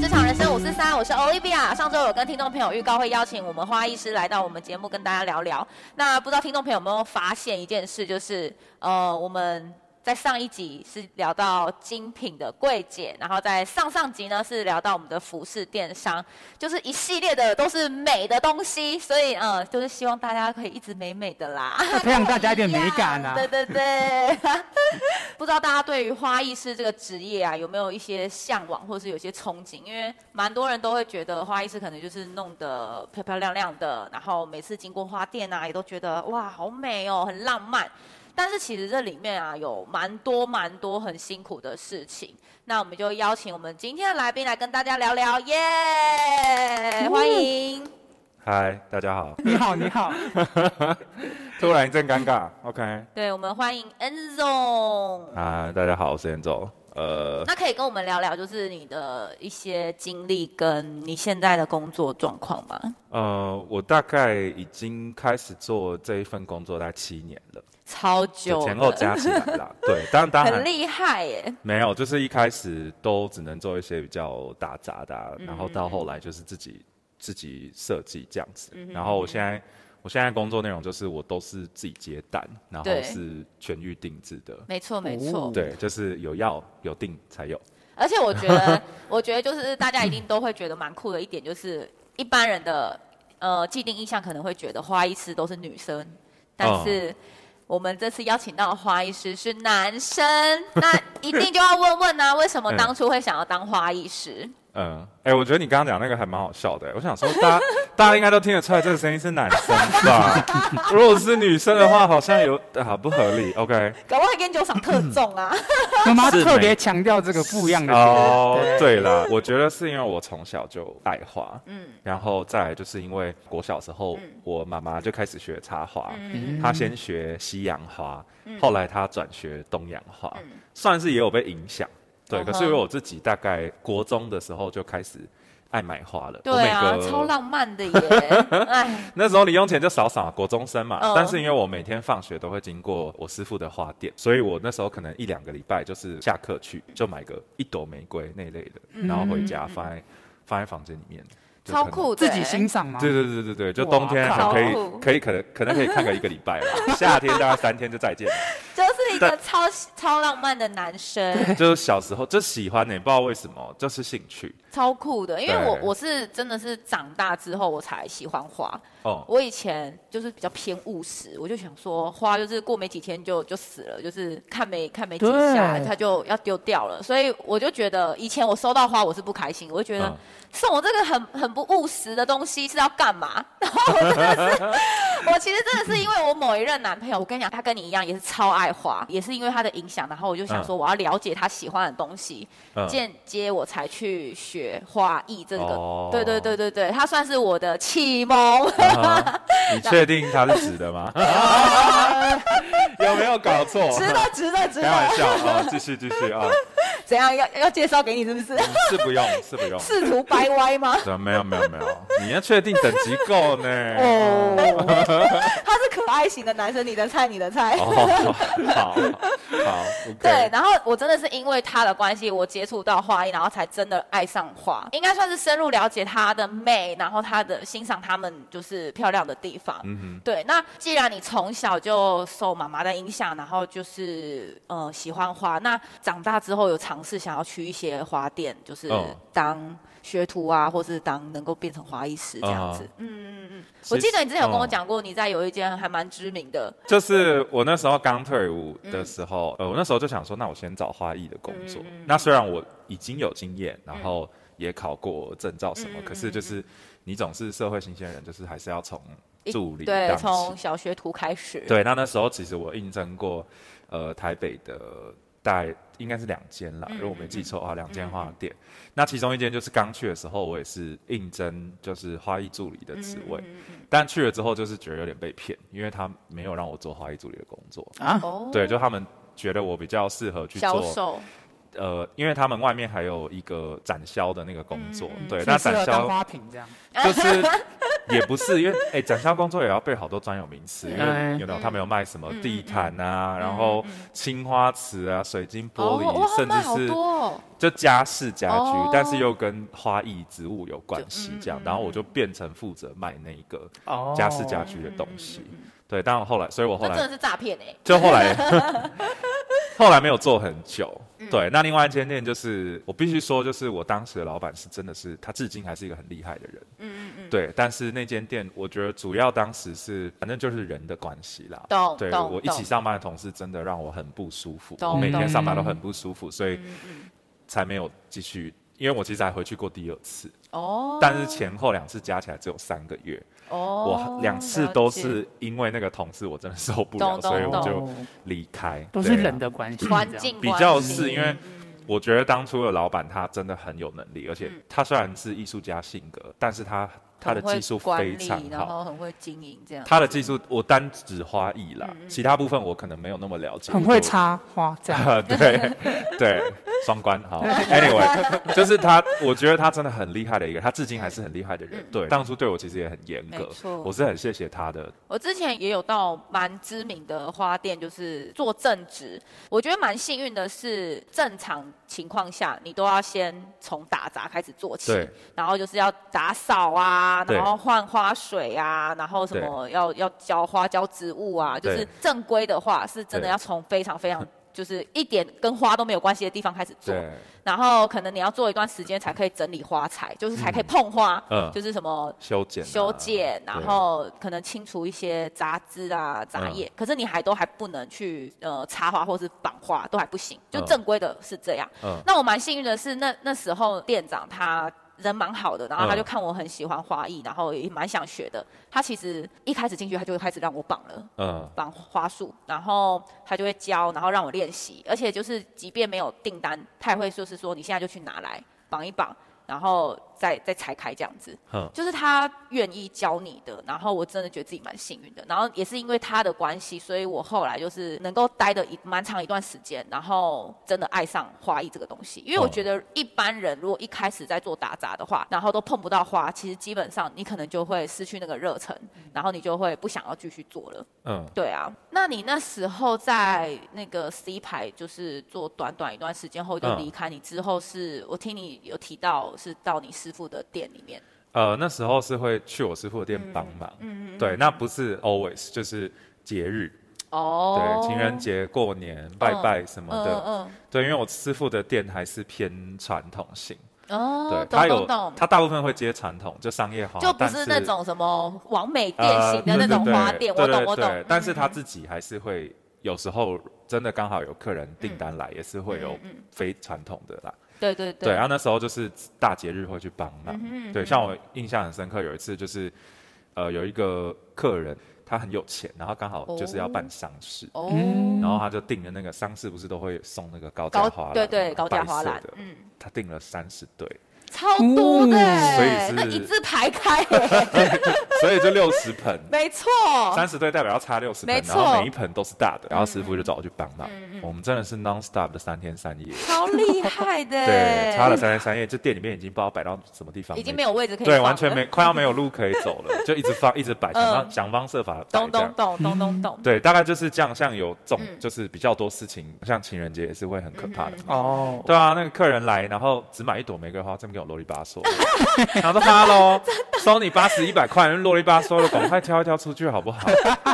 四三，我是 Olivia。上周有跟听众朋友预告会邀请我们花医师来到我们节目跟大家聊聊。那不知道听众朋友有没有发现一件事，就是呃，我们在上一集是聊到精品的柜姐，然后在上上集呢是聊到我们的服饰电商，就是一系列的都是美的东西，所以呃，就是希望大家可以一直美美的啦。培养大家一点美感 啊。对对对， 不知道大家对于花艺师这个职业啊，有没有一些向往，或是有些憧憬？因为蛮多人都会觉得花艺师可能就是弄得漂漂亮亮的，然后每次经过花店啊，也都觉得哇，好美哦，很浪漫。但是其实这里面啊，有蛮多蛮多很辛苦的事情。那我们就邀请我们今天的来宾来跟大家聊聊，耶、嗯欢迎。嗨，大家好！你好，你好， 突然一阵尴尬。OK，对，我们欢迎 Enzo。啊，大家好，我是 Angel。呃， 那可以跟我们聊聊，就是你的一些经历跟你现在的工作状况吗？呃，我大概已经开始做这一份工作大概七年了，超就久前后了加起来 啦。对，当然当很然厉害耶！没有，就是一开始都只能做一些比较打杂的啊、嗯然后到后来就是自己自己设计这样子。嗯然后我现在我现在工作内容就是我都是自己接单，然后对是全域定制的。没错，没错。对，就是有要有定才有。而且我觉 嗯得，我觉得就是大家一定都会觉得蛮酷的一点，就是一般人的呃既定印象可能会觉得花艺师都是女生，但是我们这次邀请到的花艺师是男生，那一定就要问问啊，为什么嗯当初会想要当花艺 师？嗯，哎、我觉得你刚刚讲那个还蛮好笑的、我想说，大家大家应该都听得出来，这个声音是男生吧？如果是女生的话，好像有啊不合理。OK，搞不好跟酒厂特重啊！妈妈是特别强调这个不一样的点。哦，对了，我觉得是因为我从小就爱画，嗯，然后再来就是因为我小时嗯候，我妈妈就开始学插花，她先学西洋花，嗯后来她转学东洋花，算是也有被影响。对，嗯哼可是因为我自己大概国中的时候就开始爱买花了，我对每啊，个超浪漫的耶！ 哎，那时候零用钱就少少，国中生嘛。嗯但是因为我每天放学都会经过我师傅的花店，所以我那时候可能一两个礼拜就是下课去就买个一朵玫瑰那一类的，嗯然后回家放在放在房间里面，就超可能。酷的自耶，己欣赏吗？哦对对对对对，就冬天哇还可超酷以可以可能可能可以看个一个礼拜 吧，夏天大概三天就再见了。就是一个超超浪漫的男生，就是小时候就喜欢欸呢、不知道为什么，就是兴趣超酷的。因为我对我是真的是长大之后我才喜欢花，哦。我以前就是比较偏务实，我就想说花就是过没几天就就死了，就是看没看没几下对它就要丢掉了，所以我就觉得以前我收到花我是不开心，我就觉得、嗯送我这个很很不务实的东西是要干嘛？ 然后我真的是，我其实真的是因为我某一任男朋友，我跟你讲，他跟你一样也是超爱花，也是因为他的影响，然后我就想说我要了解他喜欢的东西，嗯间接我才去学花艺这个。哦对对对对对，他算是我的启蒙。啊你确定它是直的吗？有没有搞错？ 值得，值得，值 开玩得！笑啊，继续继续啊，怎样？要要介绍给你是不是？是不用是不用， 试图掰歪吗？对，没有没有没有，你要确定等级够呢。哦， 他是可爱型的男生，你的菜，你的菜。哦，好好好对， ，OK，然后我真的是因为他的关系，我接触到花艺，然后才真的爱上花，应该算是深入了解它的美，然后它的欣赏它们就是漂亮的地方。嗯对，那既然你从小就受妈妈的影响，然后就是呃喜欢花，那长大之后有尝试想要去一些花店，就是哦当学徒啊，或是当能够变成花艺师这样子。哦嗯嗯嗯，其我记得实你之前有跟我哦讲过，你在有一间还蛮知名的，哼，就是我那时候刚退伍的时候，呃，我那时候就想说，那我先找花艺的工作。那虽然我已经有经验，然后也考过证照什么，可是就是你总是社会新鲜人，就是还是要从一助理对当，起从小学徒开始。对，那那时候其实我应征过，呃，台北的大概应该是两间嗯啦，如果我没记错啊，两间花店。那其中一间就是刚去的时候，我也是应征就是花艺助理嗯的职位，但去了之后就是觉得有点被骗，因为他没有让我做花艺助理的工作，哦对，就他们觉得我比较适合去销做，售，呃，因为他们外面嗯还有一个展销的那个工作，对，那那适展合当 销花瓶这样。就是也不是，因为哎，展销工作也要背好多专有名词，因为嗯有 you know，他们有卖什么嗯嗯地毯啊，然后青花瓷啊、水晶玻哦哇璃，甚卖好至是多哦就家饰家居，哦但是又跟花艺植物有关系就嗯这样嗯，然后我就变成负责卖那一个哦家饰家居的东西。对，但我后来，所以我后嗯这真来的是诈骗哎。 就后来 后来没有做很久。嗯对，那另外一间店就是我必须说，就是我当时的老板是真的是他至今还是一个很厉害的人。嗯嗯嗯，对，但是那间店，我觉得主要当时是，反正就是人的关系啦。懂对懂我一起上班的同事真的让我很不舒服，懂我每天懂嗯上班都懂很不舒服，所以才没有继续。因为我其实还回去过第二次，哦，但是前后两次加起来只有三个月，哦我，两次了都解是因为那个同事我真的受不懂了，懂所以我懂就离开。都是对啊人的关系，环境比关较系嗯是因为我觉得当初的老板他真的很有能力，而且他虽然是艺术家性格，但是他他的嗯很会技术管非理常然好。后很会经营这样。他的技术我单指花艺啦，嗯其他部分我可能没有那么了解。很会插花这样。啊， 对对，双关好。Anyway，就是他，我觉得他真的很厉害的一个人，他至今还是很厉害的人。对，当初对我其实也很严嗯没格错，我是很谢谢他的。我之前也有到蛮知名的花店，就是做正职。我觉得蛮幸运的是，正常情况下你都要先从打杂开始做起对，然后就是要打扫啊，对然后换花水啊，然后什么要要浇花、浇植物啊，就对是正规的话，是真的对要从非常非 常。就是一点跟花都没有关系的地方开始做，对，然后可能你要做一段时间才可以整理花材，就是才可以碰花，嗯就是什么修剪啊，修剪，然对后可能清除一些杂枝啊、杂嗯叶，可是你还都还不能去呃插花或是绑花，都还不行，就嗯正规的是这样。嗯那我蛮幸运的是，那那时候店长他。人蛮好的，然后他嗯就看我很喜欢花艺，然后也蛮想学的。他其实一开始进去，他就开始让我绑了，嗯绑花束，然后他就会教，然后让我练习，而且就是即便没有订单，他也会就是说你现在就去拿来绑一绑，然后再再拆开这样子。哼就是他愿意教你的，然后我真的觉得自己蛮幸运的。然后也是因为他的关系，所以我后来就是能够待的一蛮长一段时间，然后真的爱上花艺这个东西。因为我哦觉得一般人如果一开始在做打杂的话，然后都碰不到花，其实基本上你可能就会失去那个热忱，然后你就会不想要继续做了。嗯。对啊，那你那时候在那个 C 排就是做短短一段时间后就嗯离开，你之后是我听你有提到是到你师傅的店里面。呃，那时候是会去我师傅的店嗯帮忙，对，那不是 always，就是节日，哦，对，情人节、过年、拜拜什么的，嗯对，因为我师傅的店还是偏传统型，嗯，哦，对，懂他懂有懂，他大部分会接传统，就商业化，就不但是那种什么完美店型的呃那种对对花对店，对我懂对我对懂。嗯但是他自己还是会有时候真的刚好有客人订单来，也是会有非传统的啦，对嗯对嗯对，然后那时候就是大节日会去帮忙。对，像我印象很深刻，有一次就是，呃，有一个客人他很有钱，然后刚好就是要办丧事，哦，然后他就订了那个丧事，不是都会送那个高价高嗯花篮，啊对对高价花白色篮的，嗯，他订了三十对，超多的哦所以欸，是那一字排开 欸，所以就六十盆。没错，三十对代表要插六十盆没，然后错嗯每一盆都是大的，然后师傅就找我去帮忙。我们真的是 non stop 的三天三夜，超厉害的欸，对，插了三天三夜，这店里面已经不知道摆到什么地方，已经没有位置可以对，放完全了没，快要没有路可以走了， 就一直放，一直摆，想方嗯想方设法摆懂这懂样。懂懂懂懂，对，大概就是这样。像有这种嗯就是比较多事情，像情人节也是会很可怕的嘛。哦，对啊，那个客人来，然后只买一朵玫瑰花，这么给我啰里吧 嗦，然后说哈喽，收你八十一百块，啰里吧嗦了，赶快挑一挑出去好 不好？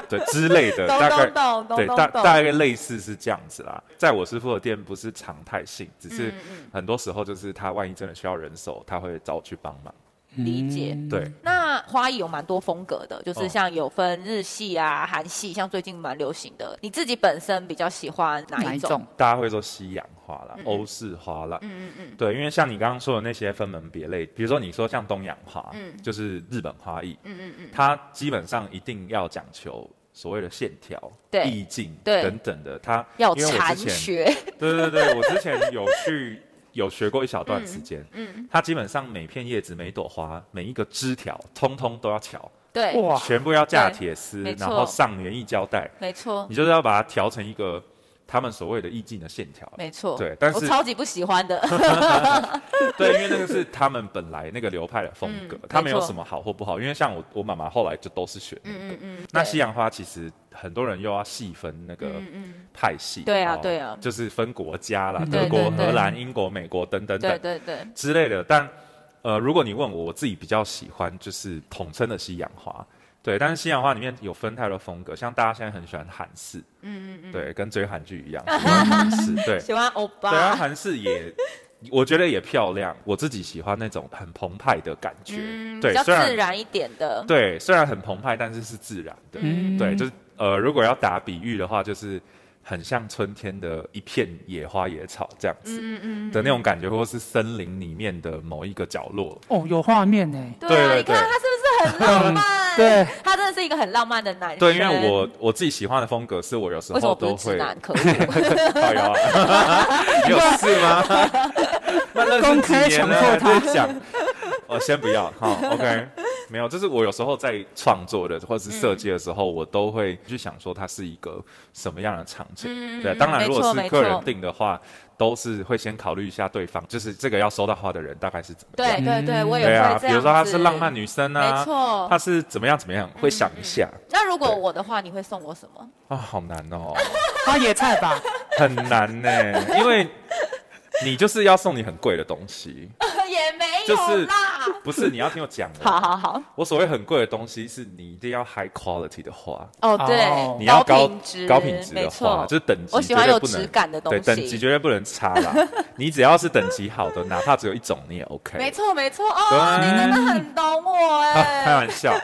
对之类的，懂大概懂懂对懂大懂大概类似是这样子啦。在我师傅的店不是常态性，只是嗯很多时候就是他万一真的需要人手，他会找我去帮忙。理解。对，那花艺有蛮多风格的，就是哦像有分日系啊、韩系，像最近蛮流行的。你自己本身比较喜欢哪哪一一种种？？大家会说西洋花啦、嗯欧、式花啦，嗯嗯嗯，对，因为像你刚刚说的那些分门别类，比如说你说像东洋花，嗯，就是日本花艺，嗯嗯嗯，它基本上一定要讲求所谓的线条、对意境对等等的，它要因为我禅之前，学，对对对，我之前有去。有学过一小段时间、嗯，它基本上每片叶子、每一朵花、每一个枝条，通通都要调，对，哦哇，全部要架对铁丝没，然错后上园艺胶带，没错，你就是要把它调成一个他们所谓的艺伎的线条。没错，对但我是超级不喜欢的， 对，因为那个是他们本来那个流派的风格嗯，他没有没错什么好或不好。因为像我我妈妈后来就都是学那个。嗯嗯嗯，那对西洋花其实很多人又要细分那个嗯嗯派系，对啊然后对啊就是分国家啦，嗯德对国、对对荷兰、英国、美国等等对等对对，之类的。但呃，如果你问我，我自己比较喜欢就是统称的西洋花，对。但是西洋花里面有分太多风格，像大家现在很喜欢韩式，嗯嗯对，跟追韩剧 一样，喜欢韩式，对嗯，，喜欢欧巴，对啊，韩式也。我觉得也漂亮，我自己喜欢那种很澎湃的感觉。嗯，对比，较虽自然然一点的，对，虽然很澎湃，但是是自然的。嗯对，就是呃，如果要打比喻的话，就是很像春天的一片野花野草这样子嗯嗯嗯，的那种感觉，或是森林里面的某一个角哎落。哦，有画面呢。对啊，对你看对他是不是很浪漫？ 嗯对，他真的是一个很浪漫的男生。对，因为我我自己喜欢的风格是我有时为什么候不都是直会，男？可 恶，哎呦啊， 你有事吗？那认识公开几年了强迫他 还在讲，我先不要好 o k 没有，就是我有时候在创作的或者是设计的时候，我都会去想说它是一个什么样的场景。嗯嗯对，嗯当然没如果错是没个人错定的话，都是会先考虑一下对方，就是这个要收到花的人大概是怎么样。对对对，我也对会这样啊，子。比如说她是浪漫女生没啊，错她。是怎么样怎么样，会想一下那如果对我的话，你会送我什么？啊，好难哦。花野菜吧，很难呢、因为你就是要送你很贵的东 西， 也没就有是啦。 不是你要听我讲的。好好好，我所谓很贵的东西，是你一定要 high quality 的花，哦哦对，你要高品质，高品质没的花，错就。是等级我喜欢有绝对不能质感的东西对，等级绝对不能差 啦。你只要是等级好的，哪怕只有一种，你也 OK。没错没错哦，对你真的很懂我啊， 开哎，玩笑，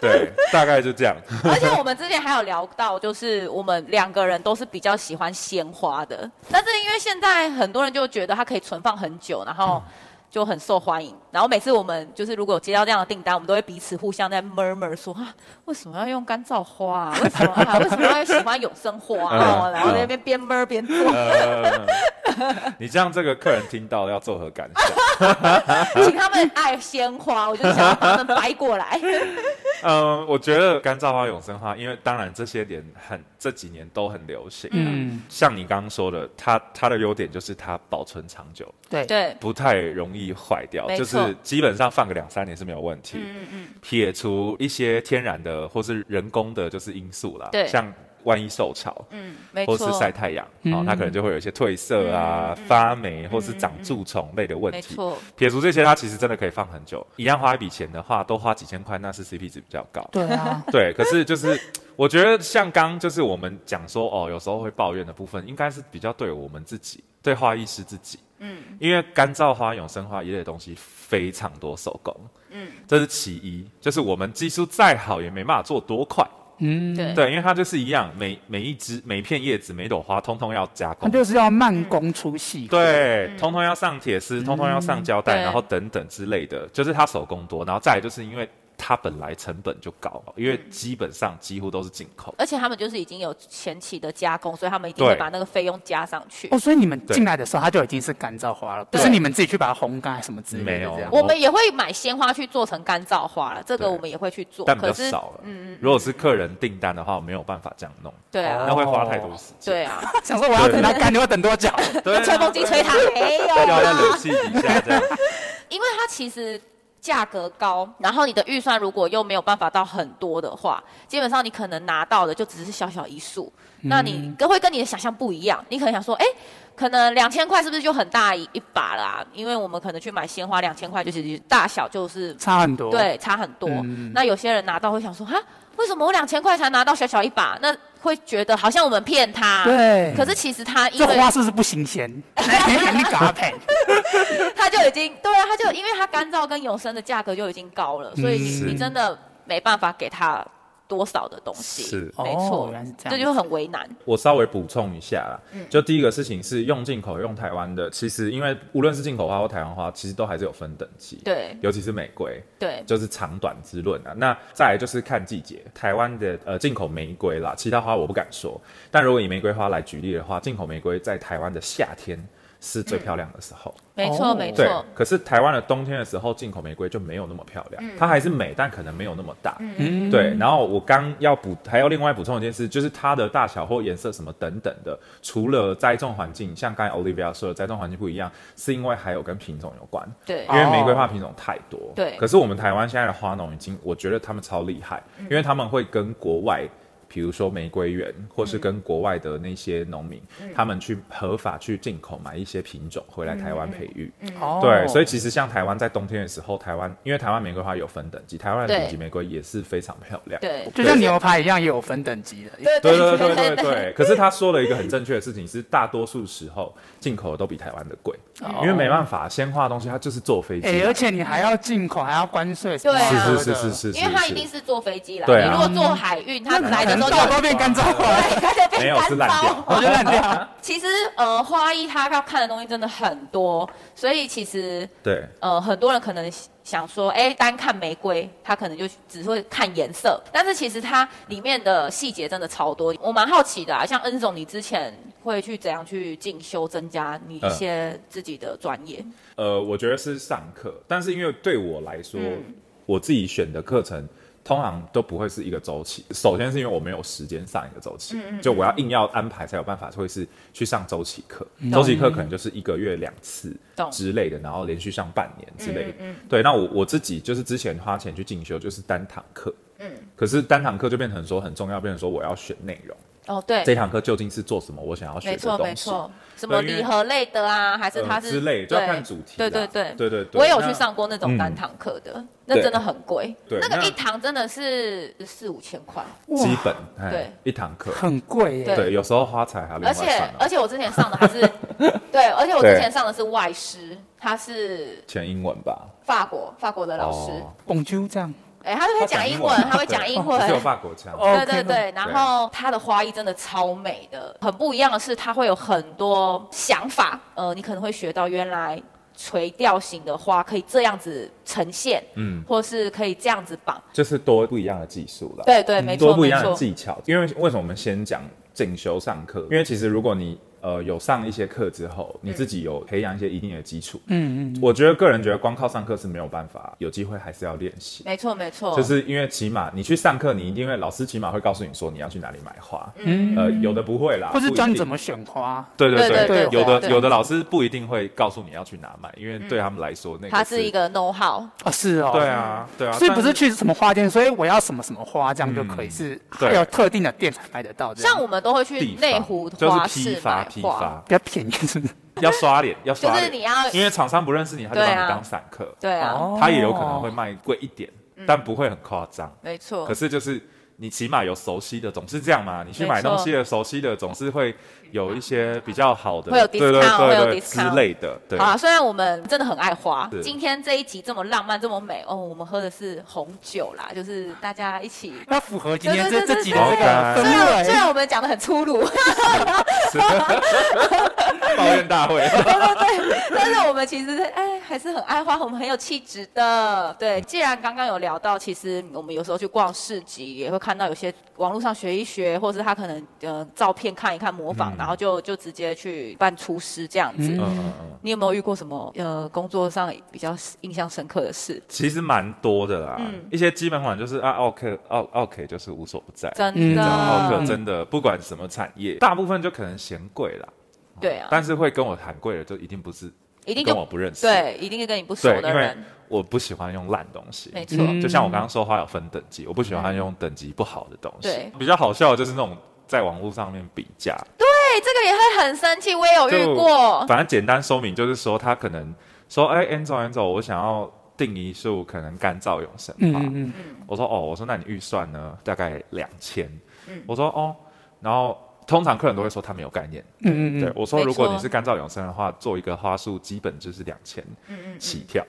对，大概就这样。而且我们之前还有聊到，就是我们两个人都是比较喜欢鲜花的，但是因为现在很多人就觉得它可以存放很久，然后就很受欢迎。然后每次我们就是如果有接到这样的订单，我们都会彼此互相在 murmur 说啊，为什么要用干燥花、啊？为什么、啊？为什么要喜欢永生花、啊？嗯然后在那边边 mur 边做， 呃，你这样这个客人听到要作何感想？请他们爱鲜花，我就想要把他们掰过来。嗯，我觉得干燥花、永生花，因为当然这些年很这几年都很流行、 嗯嗯，像你刚刚说的，它它的优点就是它保存长久，对，对，不太容易坏掉，没就错是基本上放个两三年是没有问题。嗯嗯撇除一些天然的或是人工的，就是因素啦，对像万一受潮。嗯，没或错，嗯是晒太阳，嗯哦，它可能就会有一些褪色啊、发霉，或是长蛀虫类的问没题。错，撇除这些，它其实真的可以放很久。一样花一笔钱的话，多花几千块，那是 CP 值比较高。对啊， 对，可是就是我觉得像刚就是我们讲说哦，有时候会抱怨的部分，应该是比较对我们自己，对花艺师自己，嗯因为干燥花、永生花一类的东西非常多手工，嗯，这是其一，就是我们技术再好也没办法做多快，嗯，对 对，因为它就是一样，每每一枝、每片叶子、每朵花，通通要加它工。就是要慢工出细活。对，通通要上铁丝，通通要上胶带，嗯对然后等等之类的，就是它手工多，然后再来就是因为它本来成本就高，嗯因为基本上几乎都是进口。而且他们就是已经有前期的加工，所以他们一定会对把那个费用加上去。哦，所以你们对进来的时候，它就已经是干燥花了，不对是你们自己去把它烘干什么之类没的有这样。我们也会买鲜花去做成干燥花了，这个对我们也会去做，但比较可是少了。嗯嗯如果是客人订单的话，没有办法这样弄，对啊那，会花太多时间。对啊，想说我要等它干，你要等多 久？对啊吹风机吹它没有要啦，在冷气底下这样。因为它其实。价格高，然后你的预算如果又没有办法到很多的话，基本上你可能拿到的就只是小小一束，那你跟会跟你的想象不一样，你可能想说，哎，可能两千块是不是就很大一一把啦、因为我们可能去买鲜花，两千块就其实大小就是差很多。，对，差很多。嗯那有些人拿到会想说，哈，为什么我两千块才拿到小小一把？那会觉得好像我们骗他。。对，啊可是其实他因这为花是不是不 新鲜？你搞配。他就已经对啊，他就因为他干燥跟永生的价格就已经高嗯了，所以你是你真的没办法给他多少的东西。是没哦错原来是，这样这就很为难。我稍微补充一下 啦，嗯就第一个事情是用进口用台湾的，其实因为无论是进口花或台湾花，其实都还是有分等级。对尤其是玫瑰，对，就是长短之论啊。那再来就是看季节，台湾的呃进口玫瑰啦，其他花我不敢说。但如果以玫瑰花来举例的话，进口玫瑰在台湾的夏天是嗯最漂亮的时候。没错哦没对错，，可是台湾的冬天的时候，进口玫瑰就没有那么漂亮，嗯它还是美，但可能没有那么大。嗯，对，然后我刚要补，还要另外补充一件事，就是它的大小或颜色什么等等的，除了栽种环境，像刚才 Olivia 说的栽种环境不一样，是因为还有跟品种有关，对因啊为玫瑰花品种太多。哦对可是我们台湾现在的花农已经，我觉得他们超厉害，嗯因为他们会跟国外。比如说玫瑰园，或是跟国外的那些农民，嗯他们去合法去进口买一些品种回来台嗯湾培育。哦对，所以其实像台湾在冬天的时候，台湾因为台湾玫瑰花有分等级，台湾的对顶级玫瑰也是非常漂亮。对就像牛排一样，也有分等级的。对对对对对对对。可是他说了一个很正确的事情，是大多数时候进口的都比台湾的贵，哦因为没办法，鲜花的东西它就是坐飞哎，机而嘛。且你还要进口，还要关税什么对啊的。是是是是是是，因为它一定是坐飞机来，对你啊如果坐海运，它来的时候就到都变干燥了，对，它就没变有干是烂燥掉。 我就烂掉。其实呃，花艺它要看的东西真的很多，所以其实对。呃，很多人可能想说，哎，单看玫瑰，他可能就只会看颜色，但是其实它里面的细节真的超多。我蛮好奇的啊，像恩总，你之前会去怎样去进修，增加你嗯一些自己的专业？呃，我觉得是上课，但是因为对我来说，嗯我自己选的课程通常都不会是一个周期。首先是因为我没有时间上一个周期，嗯就我要硬要安排才有办法会是去上周期课。周期课可能就是一个月两次嗯懂之类的，然后连续上半年之类的。嗯对，那我我自己就是之前花钱去进修，就是单堂课。嗯，可是单堂课就变成说很重要，变成说我要选内容，哦，对，这堂课究竟是做什么，我想要学没的错东没西。错，什么对因为礼盒类的啊，还是呃它是之类就要看主题对啦对对对对对我也有去那嗯上过那种单堂课的，那对真的很贵，对那个那一堂真的是四五千块， 基本哎对一堂课，很贵耶。对，有时候花财还另外而且算啊而了，且我之前上的还是 对，而且我对之前上的是外师，他是全英文吧。法国法国的老师，哦蹦啾这样。哎、他会讲英文，他会讲英 文只。有法国腔。哦对对 OK，对，然后他的花艺真的超美的，很不一样的是，他会有很多想法。呃，你可能会学到原来垂钓型的花可以这样子呈现，嗯，或是可以这样子绑。就是多不一样的技术啦。对对，没多错不一没样的错。技巧。因为为什么我们先讲进修上课？因为其实如果你呃有上一些课之后，你自己有培养一些一定的基础，嗯嗯，我觉得个人觉得光靠上课是没有办法，有机会还是要练习。没错没错，就是因为起码你去上课，你一定会老师起码会告诉你说你要去哪里买花，嗯呃，有的不会啦，或是不一教你定怎么选花。对对对对对有的对有的老师不一定会告诉你要去哪买，因为对他们来说那个它是一个 know how。哦，是哦。对。啊对啊，所以不是但去什么花店，所以我要什么什么花，这样就可以嗯是对还有特定的店才买得到这样，像我们都会去地方内湖就是花批市发买批花，发，比较便宜，是不是？要刷脸要刷就脸，是你要因为厂商不认识你，他就对把啊你当散客，对啊，嗯哦他也有可能会卖贵一点，但不会很夸张。没错可。是就是你起码有熟悉的，总是这样嘛。你去没错买东西的熟悉的，总是会有一些比较好的，会有对对 discount，会有对对 discount 之类的，对好。啊，虽然我们真的很爱花是，今天这一集这么浪漫这么美哦，我们喝的是红酒啦，就是大家一起。要符合今天对对这对这集的这对个对虽然氛虽围。然我们讲的很粗鲁， 是 抱怨大会。嗯但是我们其实哎还是很爱花，我们很有气质的。对，既然刚刚有聊到，其实我们有时候去逛市集，也会看到有些网络上学一学，或是他可能呃照片看一看模仿，嗯然后就就直接去扮厨师这样子。嗯嗯嗯嗯。你有没有遇过什么呃工作上比较印象深刻的事？其实蛮多的啦，嗯一些基本款就是啊，奥克奥奥 K 就是无所不在，真嗯的，奥克真的不管什么产业，大部分就可能嫌贵啦，对啊，但是会跟我喊贵的就一定不是一定跟就我不认识，对，一定是跟你不熟对，的因为人，我不喜欢用烂东西，没错，嗯就像我刚刚说花有分等级，我不喜欢用等级不好的东西，对比较好笑的就是那种在网络上面比价，对，这个也会很生气，我也有就遇过，反正简单说明就是说，他可能说，哎、a n z o a n z o 我想要定一束可能干燥永生嗯花，嗯嗯，我说哦，我说那你预算呢？大概两千。嗯我说哦，然后通常客人都会说他没有概念。嗯嗯对嗯，我说，没如果错你是干燥永生的话，做一个花束基本就是两千嗯起跳。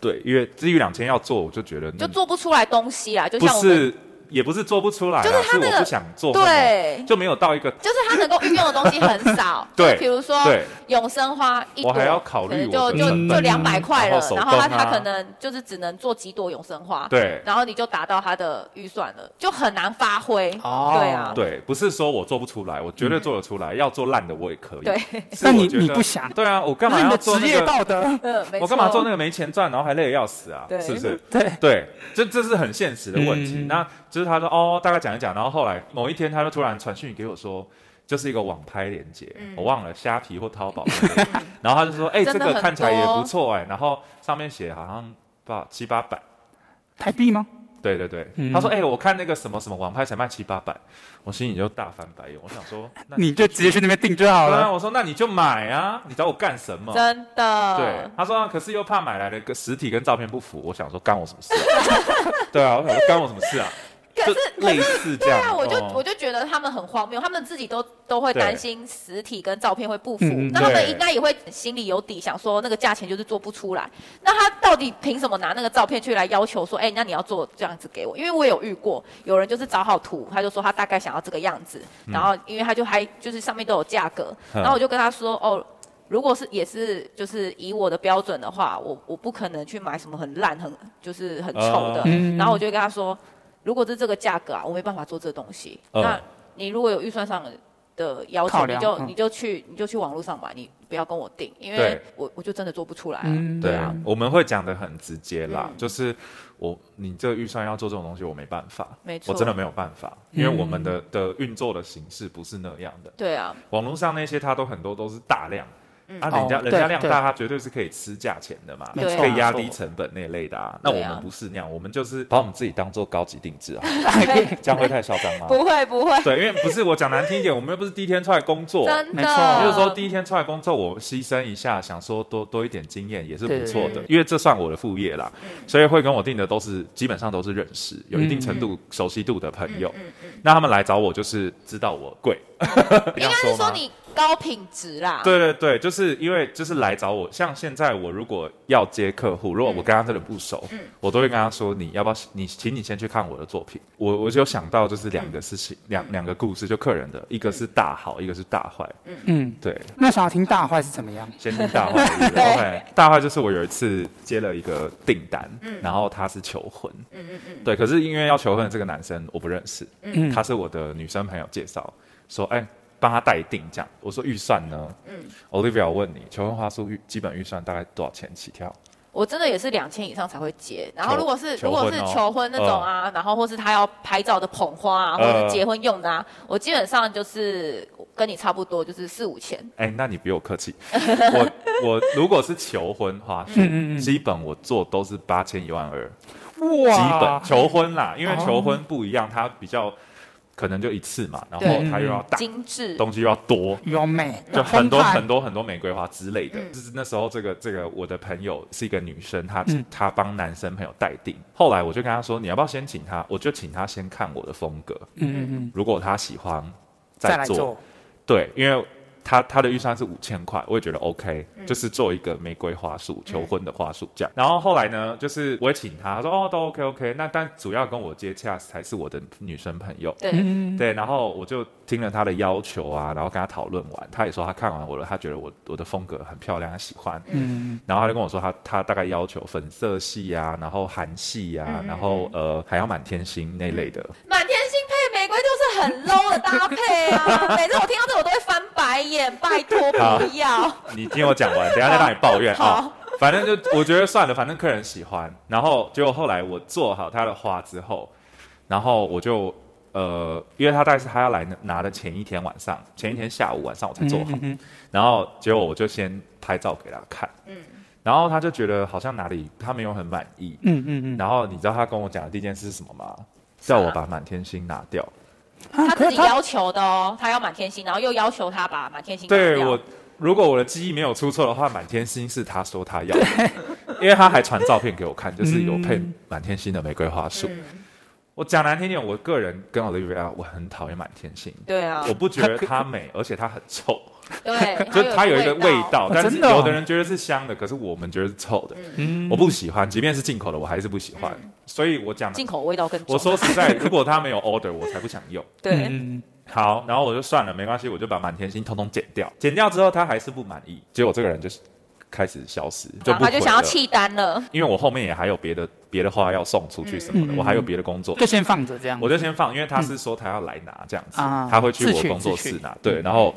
对，因为至于两千要做，我就觉得就嗯做不出来东西啦，就不像我们是也不是做不出来啊，就是他那个我不想做，对就没有到一个就是它能够运用的东西很 ，少对就比如说对永生花一朵，我还要考虑可我能就的成就本就啊两百块了然后，手然后它工啊它可能就是只能做几朵永生花，，对然后你就达到它的预算了，就很难发挥，哦对啊，对，不是说我做不出来，我绝对做得出来，要做烂的我也可以。对， 是但我你觉得你不想对啊，我干那是嘛你要的做职那业个？道德。嗯，没错，我干嘛做那个没钱赚，然后还累得要死啊？对是不是？对， 对，这这是很现实的问题。嗯那就是他说哦，大概讲一讲，然后后来某一天他就突然传讯给我说，就是一个网拍链接，我忘了虾皮或淘宝， 然后他就说，哎、嗯真这的个很看起来也多不错哎、然后上面写好像八七八百。台币吗？对对对，嗯他说：“哎、我看那个什么什么网拍才卖七八百，我心里就大翻白眼。我想说，那你就直接去那边订就好对啊，了。我说那你就买啊，你找我干什么？真对的，，他说、啊可是又怕买来的个实体跟照片不符，我想说干我什么事、啊？ 对啊，我想说干我什么事啊？可就是类似这对样，啊，我就、哦我就觉得他们很荒谬，他们自己都都会对担心实体跟照片会不符，嗯那他对们应该也会心里有底，想说那个价钱就是做不出来。那他到底凭什么拿那个照片去来要求说，哎、那你要做这样子给我？因为我有遇过有人就是找好图，他就说他大概想要这个样子，然后因为他就还就是上面都有价格，嗯然后我就跟他说，哦。如果是也是就是以我的标准的话，我我不可能去买什么很烂很就是很丑的哦，嗯然后我就跟他说，如果是这个价格啊，我没办法做这个东西。嗯那你如果有预算上的要考求，你量就嗯你就去你就去网络上买，你不要跟我定，因为对我我就真的做不出来啊、嗯，对啊，我们会讲的很直接啦，嗯就是我你这个预算要做这种东西，我没办法，没我错嗯真的没有办法，因为我们的、的运作的形式不是那样的。对啊，网络上那些它都很多都是大量，嗯啊，哦人家、人对家量对大，它绝对是可以吃价钱的嘛，没错可以压没错低成本那一类的、啊。那我啊对啊们不是那样，我们就是把我们自己当做高级定制啊， 对这样会太嚣张吗？不会不会，对，因为不是我讲难听一点，我们又不是第一天出来工作。真没的错。就嗯是说，第一天出来工作，我牺牲一下，想说多多一点经验也是不错的对，因为这算我的副业啦，所以会跟我定的都是基本上都是认识、有一定程度熟悉度的朋嗯友。那他们来找我就是知道我 贵，应该是说要吗你啊高品质啦。对对对，就是因为就是来找我，像现在我如果要接客户，如果嗯我跟他真的不熟，我都会跟他说，你要不要你请你先去看我的作品。我我就想到就是两个事情，两两个故事，就客人的一个是大好，一个是大坏。嗯，对，那想要听大坏是怎么样？先听大 话对不对 OK，大话就是我有一次接了一个订单，嗯然后他是求婚，对，可是因为要求婚的这个男生我不认识，嗯他是我的女生朋友介绍，说哎。帮他代订这样，我说预算呢？Olivia，嗯我问你，求婚花束预基本预算大概多少钱起 跳？我真的也是两千以上才会接，然后求如果是求如果是婚哦求婚那种啊，然后或是他要拍照的捧花啊，或者呃是结婚用的啊，我基本上就是跟你差不多，就是四五千。哎、那你比我客气。我我如果是求婚花束，嗯嗯嗯基本我做都是八千一万二，基本哇，哦求婚啦，因为求婚不一样，它比较可能就一次嘛，然后对它又嗯要大，精致，东西又要 多，有美，就很多澎湃很多很多玫瑰花之类的。就是那时候，这个这个我的朋友是一个女生，她嗯她帮男生朋友代订。后来我就跟她说，你要不要先请她？我就请她先看我的风格，嗯嗯嗯，如果她喜欢再再来做。做，对，因为她她的预算是五千块，我也觉得 OK，就是做一个玫瑰花束求婚的花束这样。然后后来呢，就是我也请她，她说哦都 OK OK，那但主要跟我接洽才是我的女生朋友。对，嗯，对，然后我就听了他的要求啊，然后跟他讨论完，他也说他看完我了，他觉得我我的风格很漂亮，他喜欢。嗯，然后他就跟我说他他大概要求粉色系啊，然后韩系啊，嗯然后呃还要满天星那类的。满天星配玫瑰就是 很 low 的搭配啊！每次我听到这个我都会翻白眼，拜托好不要。你听我讲完，等一下再让你抱怨好啊、反正就我觉得算了，反正客人喜欢。然后结果后来我做好他的花之后，然后我就呃，因为他大概是他要来拿拿的前一天晚上，前一天下午晚上我才做好。嗯嗯然后结果我就先拍照给他看，然后他就觉得好像哪里他没有很满意，嗯嗯嗯，然后你知道他跟我讲的第一件事是什么吗？叫我把满天星拿掉。啊他自可是己他要求的哦，他要满天星，然后又要求他把满天星拿对掉我，如果我的记忆没有出错的话，满天星是他说他要嗯嗯的，因为他还传照片给我看，就是有配满天星的玫瑰花束。我讲难听点，我个人跟 Olivia 我很讨厌满天星，对啊，我不觉得她美，而且她很臭，对， 就是她有一个味道，但是真的哦有的人觉得是香的，可是我们觉得是臭的，嗯我不喜欢，即便是进口的，我还是不喜欢。所以我讲，进口味道更重。我说实在，如果他没有 order，我才不想用。对，嗯好，然后我就算了，没关系，我就把满天星通通剪掉。剪掉之后，他还是不满意，结果这个人就是开始消失，就然不啊后他就回想要了，弃单了。因为我后面也还有别的别的话要送出去什么的，嗯我还有别的工作，就先放着这样。我就先放，因为他是说他要来拿这样子，嗯啊他会去自我取工作自室取嗯拿，对，然后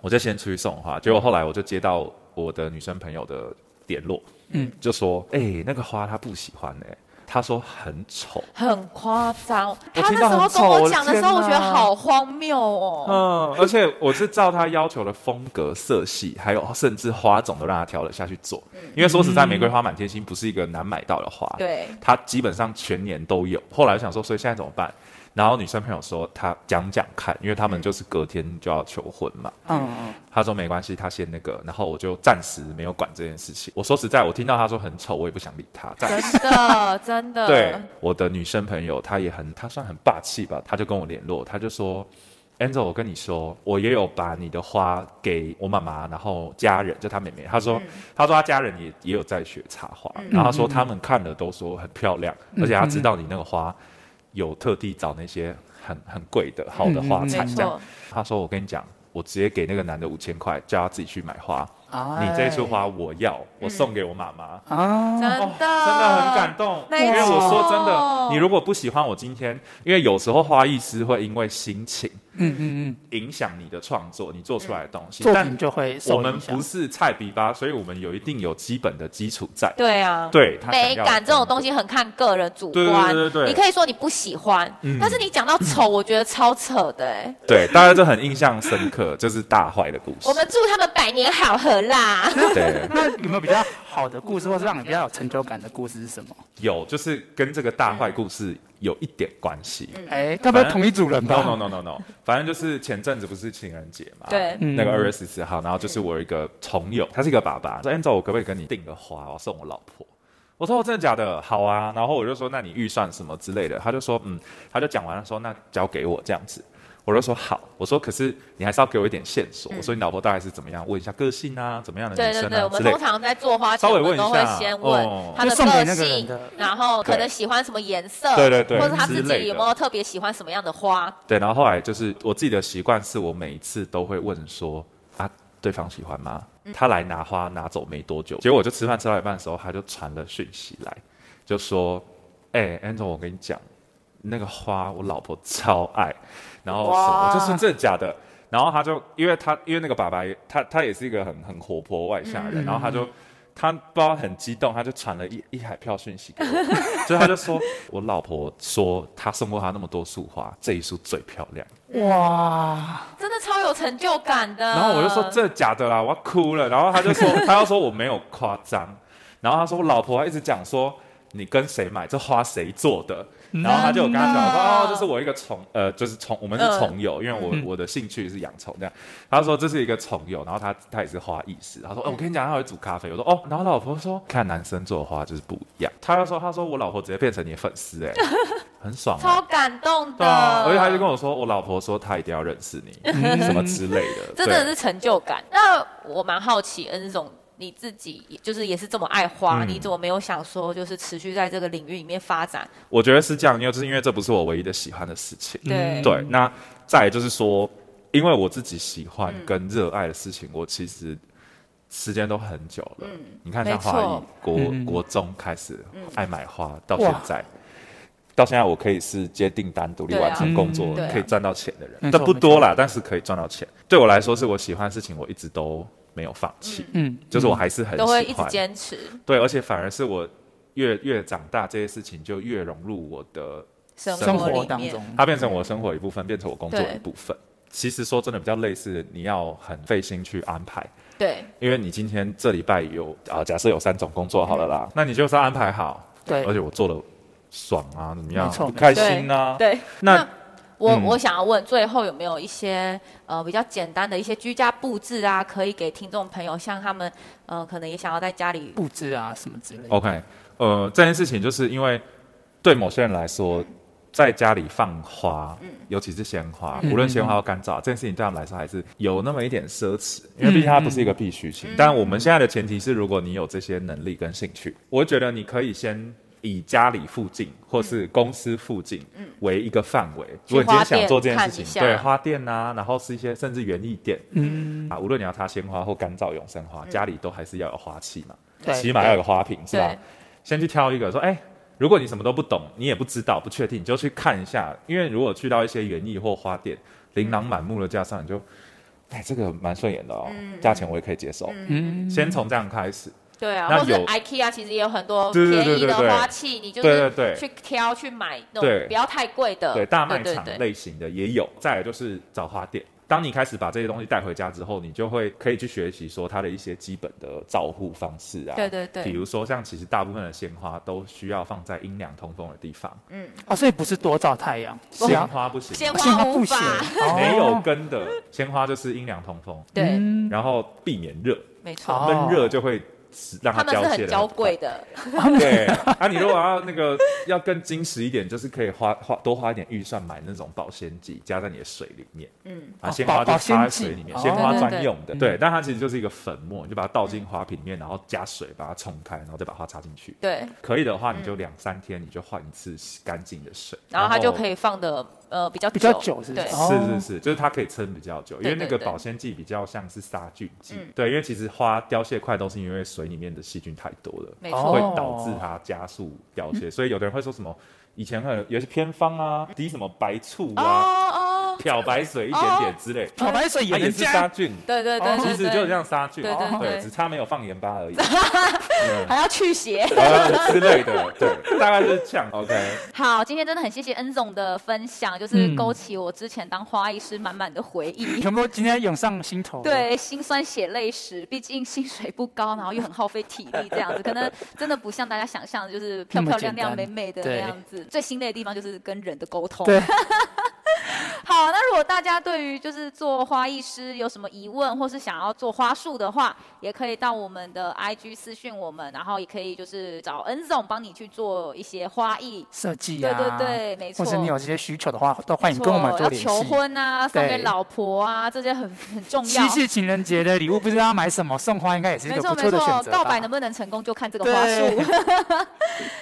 我就先出去送花，结果后来我就接到我的女生朋友的联络，嗯嗯，就说，哎、那个花她不喜欢哎、她说很丑，很夸张，我他听那到时很候跟丑我我的讲的天时候，我觉得哪好荒谬哦。嗯，而且我是照他要求的风格、色系，还有甚至花种都让他挑了下去做。因为说实在，玫瑰花满天星不是一个难买到的花，，嗯对，它基本上全年都有。后来我想说，所以现在怎么办？然后女生朋友说她讲讲看，因为他嗯们就是隔天就要求婚嘛。嗯嗯她说没关系，她先那个，然后我就暂时没有管这件事情。我说实在，我听到她说很丑，我也不想理她。暂时真的真呃的，对，我的女生朋友，她也很，她算很霸气吧，她就跟我联络，她就说，Angel，我跟你说，我也有把你的花给我妈妈，然后家人，就她妹妹，她嗯说，她说她家人也也有在学插花，然后她说他们看了都说很漂亮，嗯而且她知道你那个花有特地找那些很很贵的好的花嗯嗯嗯材没这样，错，她说我跟你讲。我直接给那个男的五千块，叫他自己去买花。啊你这束花我要，我嗯送给我妈妈。啊真，哦的，真的很感动。没因为我说真的错，你如果不喜欢我今天，因为有时候花艺师会因为心情嗯嗯影响你的创作，你做出来的东嗯，。西作但品就会我受们影不响。是菜比吧，所以我们有一定有基本的基础在。对啊，对，他想美要感的这种东西很看个人主观，对对对对对你可以说你不喜欢，嗯但是你讲到丑，我觉得超扯的哎、对，大家都很印象深刻，就是大坏的故事我。们祝他们百年好合 啦！对，那有没有比较好的故事，或是让你比较有成就感的故事是什么？有就是跟这个大坏故事有一点关系。嗯哎，该不会同一组人吧 No no no no no，反正就是前阵子不是情人节嘛，对嗯那个二月十四号，然后就是我有一个朋友，他是一个爸爸，说 Angel，我可不可以跟你订个花，我送我老婆？我说我真的假的？好啊，然后我就说那你预算什么之类的，他就说嗯，他就讲完了说那交给我这样子，我就说好，我说可是你还是要给我一点线索，我说你老婆大概是怎么样，问一下个性啊，怎么样的对女对生对，啊我们之类通的。常在做花前，稍微我们问一下都会先问哦他的就送给个那个人性的，然后可对能喜欢什么颜色，对对对或者他自之类的己有没有特别喜欢什么样的花，对，然后后来就是我自己的习惯是我每一次都会问说啊，对方喜欢吗？他来拿花拿走没多久，结果我就吃饭吃到一半的时候，他就传了讯息来，就说：“哎、a n g e l 我跟你讲，那个花我老婆超爱。”然后什么哇我就说真的假的？然后他就因为他因为那个爸爸也他他也是一个很很活泼外向的人，然后他就。他不知道很激动，他就传了一一海票讯息给我，所以他就说：“我老婆说她送过她那么多束花，这一束最漂亮。”哇，真的超有成就感的。然后我就说这假的啦，我要哭了。然后他就说，他要说我没有夸张。然后他说我老婆还一直讲说你跟谁买，这花谁做的。然后他就有跟他讲我说真的哦，这是我一个宠，呃，就是宠，我们是宠友，因为我我的兴趣是养宠这样。他说这是一个宠友，然后他他也是花艺师。他说，哦，我跟你讲，他会煮咖啡。我说哦，然后老婆说看男生做的花就是不一样。他就说他说我老婆直接变成你的粉丝哎、很爽、欸。超感动对的，啊，而且他就跟我说，我老婆说她一定要认识你，什么之类的。嗯 这真对的是成就感。那我蛮好奇，恩总你自己也就是也是这么爱花，嗯你怎么没有想说就是持续在这个领域里面发展？我觉得是这样，因为就是因为这不是我唯一的喜欢的事情。嗯对对，那再来就是说，因为我自己喜欢跟热爱的事情，我其实时间都很久了。你看，嗯像没错花艺，国、嗯国中开始爱买花，到现在。到现在，我可以是接订单、独立对啊完成工作，嗯对啊可以赚到钱的人，没错但不多啦，但是可以赚到钱。对我来说，是我喜欢的事情，我一直都没有放弃，嗯，就是我还是很喜都欢，会一直坚持对，而且反而是我越越长大，这些事情就越融入我的生生活活里当面。中，它变成我的生活一部分，变成我工作对一部分。其实说真的，比较类似，你要很费心去安排，对，因为你今天这礼拜有啊，假设有三种工作好了啦，嗯那你就是要安排好。对而且我做的爽啊，怎么样没？错不开对心啊。对，那我、嗯我想要问，最后有没有一些呃比较简单的一些居家布置啊，可以给听众朋友，像他们呃可能也想要在家里布哦置啊什么之类的。 OK，呃，这件事情就是因为对某些人来说，在家里放花，嗯尤其是鲜花，嗯无论鲜花或干燥，这件事情对他们来说还是有那么一点奢侈，嗯因为毕竟它不是一个必需嗯品。但我们现在的前提是，如果你有这些能力跟兴趣，我觉得你可以先。以家里附近或是公司附近为一个范围，如果你今天想做这嗯去花店看件事一情，下对花店啊，然后是一些甚至园艺店，嗯，啊，无论你要插鲜花或干燥永生花，嗯家里都还是要有花器嘛，对起码要有个花瓶是吧对？先去挑一个说，哎、如果你什么都不懂，你也不知道、不确定，你就去看一下，因为如果去到一些园艺或花店，琳琅满目的架上，你就，哎、这个蛮顺眼的哦，价钱我也可以接受，嗯先从这样开始。对啊，哦那或者有 IKEA 其实也有很多对便对对宜的对对花器，你就对对是对去挑去买那对种不要太贵的，对大卖场对对类型的也有。再来就是找花店，当你开始把这些东西带回家之后，你就会可以去学习说它的一些基本的照护方式啊。对对对比如说像其实大部分的鲜花都需要放在阴凉通风的地方，哦，所以不是多照太阳，哦是啊鲜要花不行，嗯啊鲜鲜花花无不法行，没有哦根的鲜花就是阴凉通风，对，嗯然后避免热，没好错，哦闷热就会使让他它们是凋谢很的。娇贵的，对啊，你如果要那个要更精实一点，就是可以花花多花一点预算买那种保鲜剂，加在你的水里面。嗯，啊，哦鲜保花就保鲜插在剂水里面，哦鲜花对对专对用的。嗯对，但它其实就是一个粉末，你就把它倒进花瓶里面，然后加水把它冲开，然后再把花插进去。对，可以的话，你就两三天你就换一次干净的水，然后它就可以。以放的呃比较比较久是不是对，哦是是是，就是它可以撑比较久，因为对那对个对保鲜剂比较像是杀菌剂嗯。对，因为其实花凋谢快都是因为水里面的细菌太多了。没会错，哦哦导致它加速凋谢，所以有的人会说什么，以前会有有些偏方啊，滴什么白醋哦啊，哦，漂白水一点点之类，漂白水它也也能是加杀，菌，对对 对哦对其实对，就是这样杀菌，对对对只差没有放盐巴而已， 还要去邪。呃之类的，对，大概就是这样。OK，好，今天真的很谢谢恩总的分享，就是嗯勾起我之前当花艺师满满的回忆。全部今天涌上心头。，对，心酸血泪史，毕竟薪水不高，然后又很耗费体力，这样子，可能真的不像大家想象的，就是漂那么漂简亮亮、单美美的那对样子。最心累的地方就是跟人的沟通。对 好，那如果大家对于就是做花艺师有什么疑问，或是想要做花束的话，也可以到我们的 IG 私讯我们，然后也可以就是找恩总帮你去做一些花艺。设计对啊，对对，没错。或是你有这些需求的话，都欢迎错跟我们做要联求系。婚啊，送给对老婆啊，这些很很重要七。夕情人节的礼物不知道要买什么，送花应该也是一没个错不没错的选错，择吧。告白能不能成功就看这个花对束。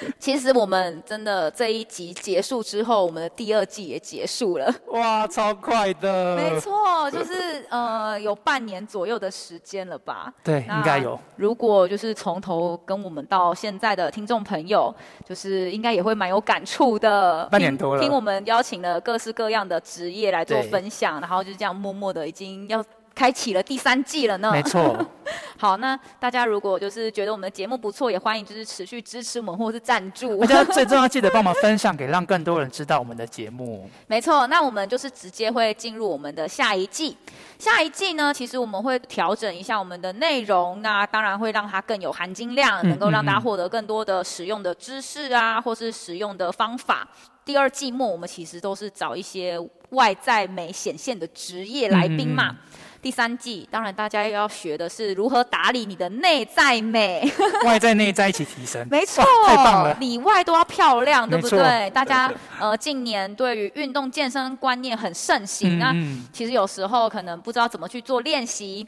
其实我们真的这一集结束之后，我们的第二季也结束了。哇，超快的，没，错，就是呃有半年左右的时间了吧。对，应该有。。如果就是从头跟我们到现在的听众朋友，就是应该也会蛮有感触的。半年听多了听我们邀请了各式各样的职业来做对分享，然后就这样默默的已经要开启了第三季了呢。没错，好，那大家如果就是觉得我们的节目不错，也欢迎就是持续支持我们或是赞助 大。家最重要记得帮忙分享，给让更多人知道我们的节目。没错，那我们就是直接会进入我们的下一季。下一季呢，其实我们会调整一下我们的内容，那当然会让它更有含金量，嗯能够让大嗯家嗯获得更多的使用的知识啊，或是使用的方法。第二季末，我们其实都是找一些外在美显现的职业来宾嘛。嗯嗯第三季，当然大家要学的是如何打理你的内在美。外在内在一起提升，没错，哇太棒了里外都要漂亮，对没不错对？大家呃，近年对于运动健身观念很盛行，那嗯其实有时候可能不知道怎么去做练习。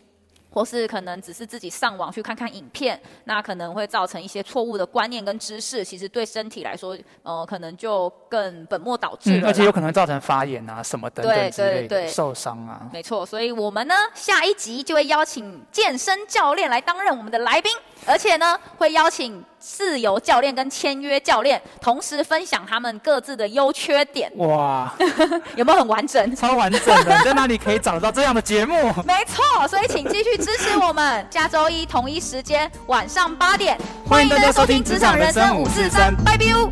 或是可能只是自己上网去看看影片，那可能会造成一些错误的观念跟知识，其实对身体来说，呃，可能就更本末倒置了嗯，啦。而且有可能造成发炎啊什么等等对之类对对的受伤啊。没错，所以我们呢下一集就会邀请健身教练来担任我们的来宾，而且呢会邀请自由教练跟签约教练，同时分享他们各自的优缺点， 哇，有没有很完整？ 超完整的，你在哪里可以找得到这样的节目？没错，所以请继续支持我们，下周一同一时间晚上八点，欢迎大家收听职场人生五四三拜拜哦。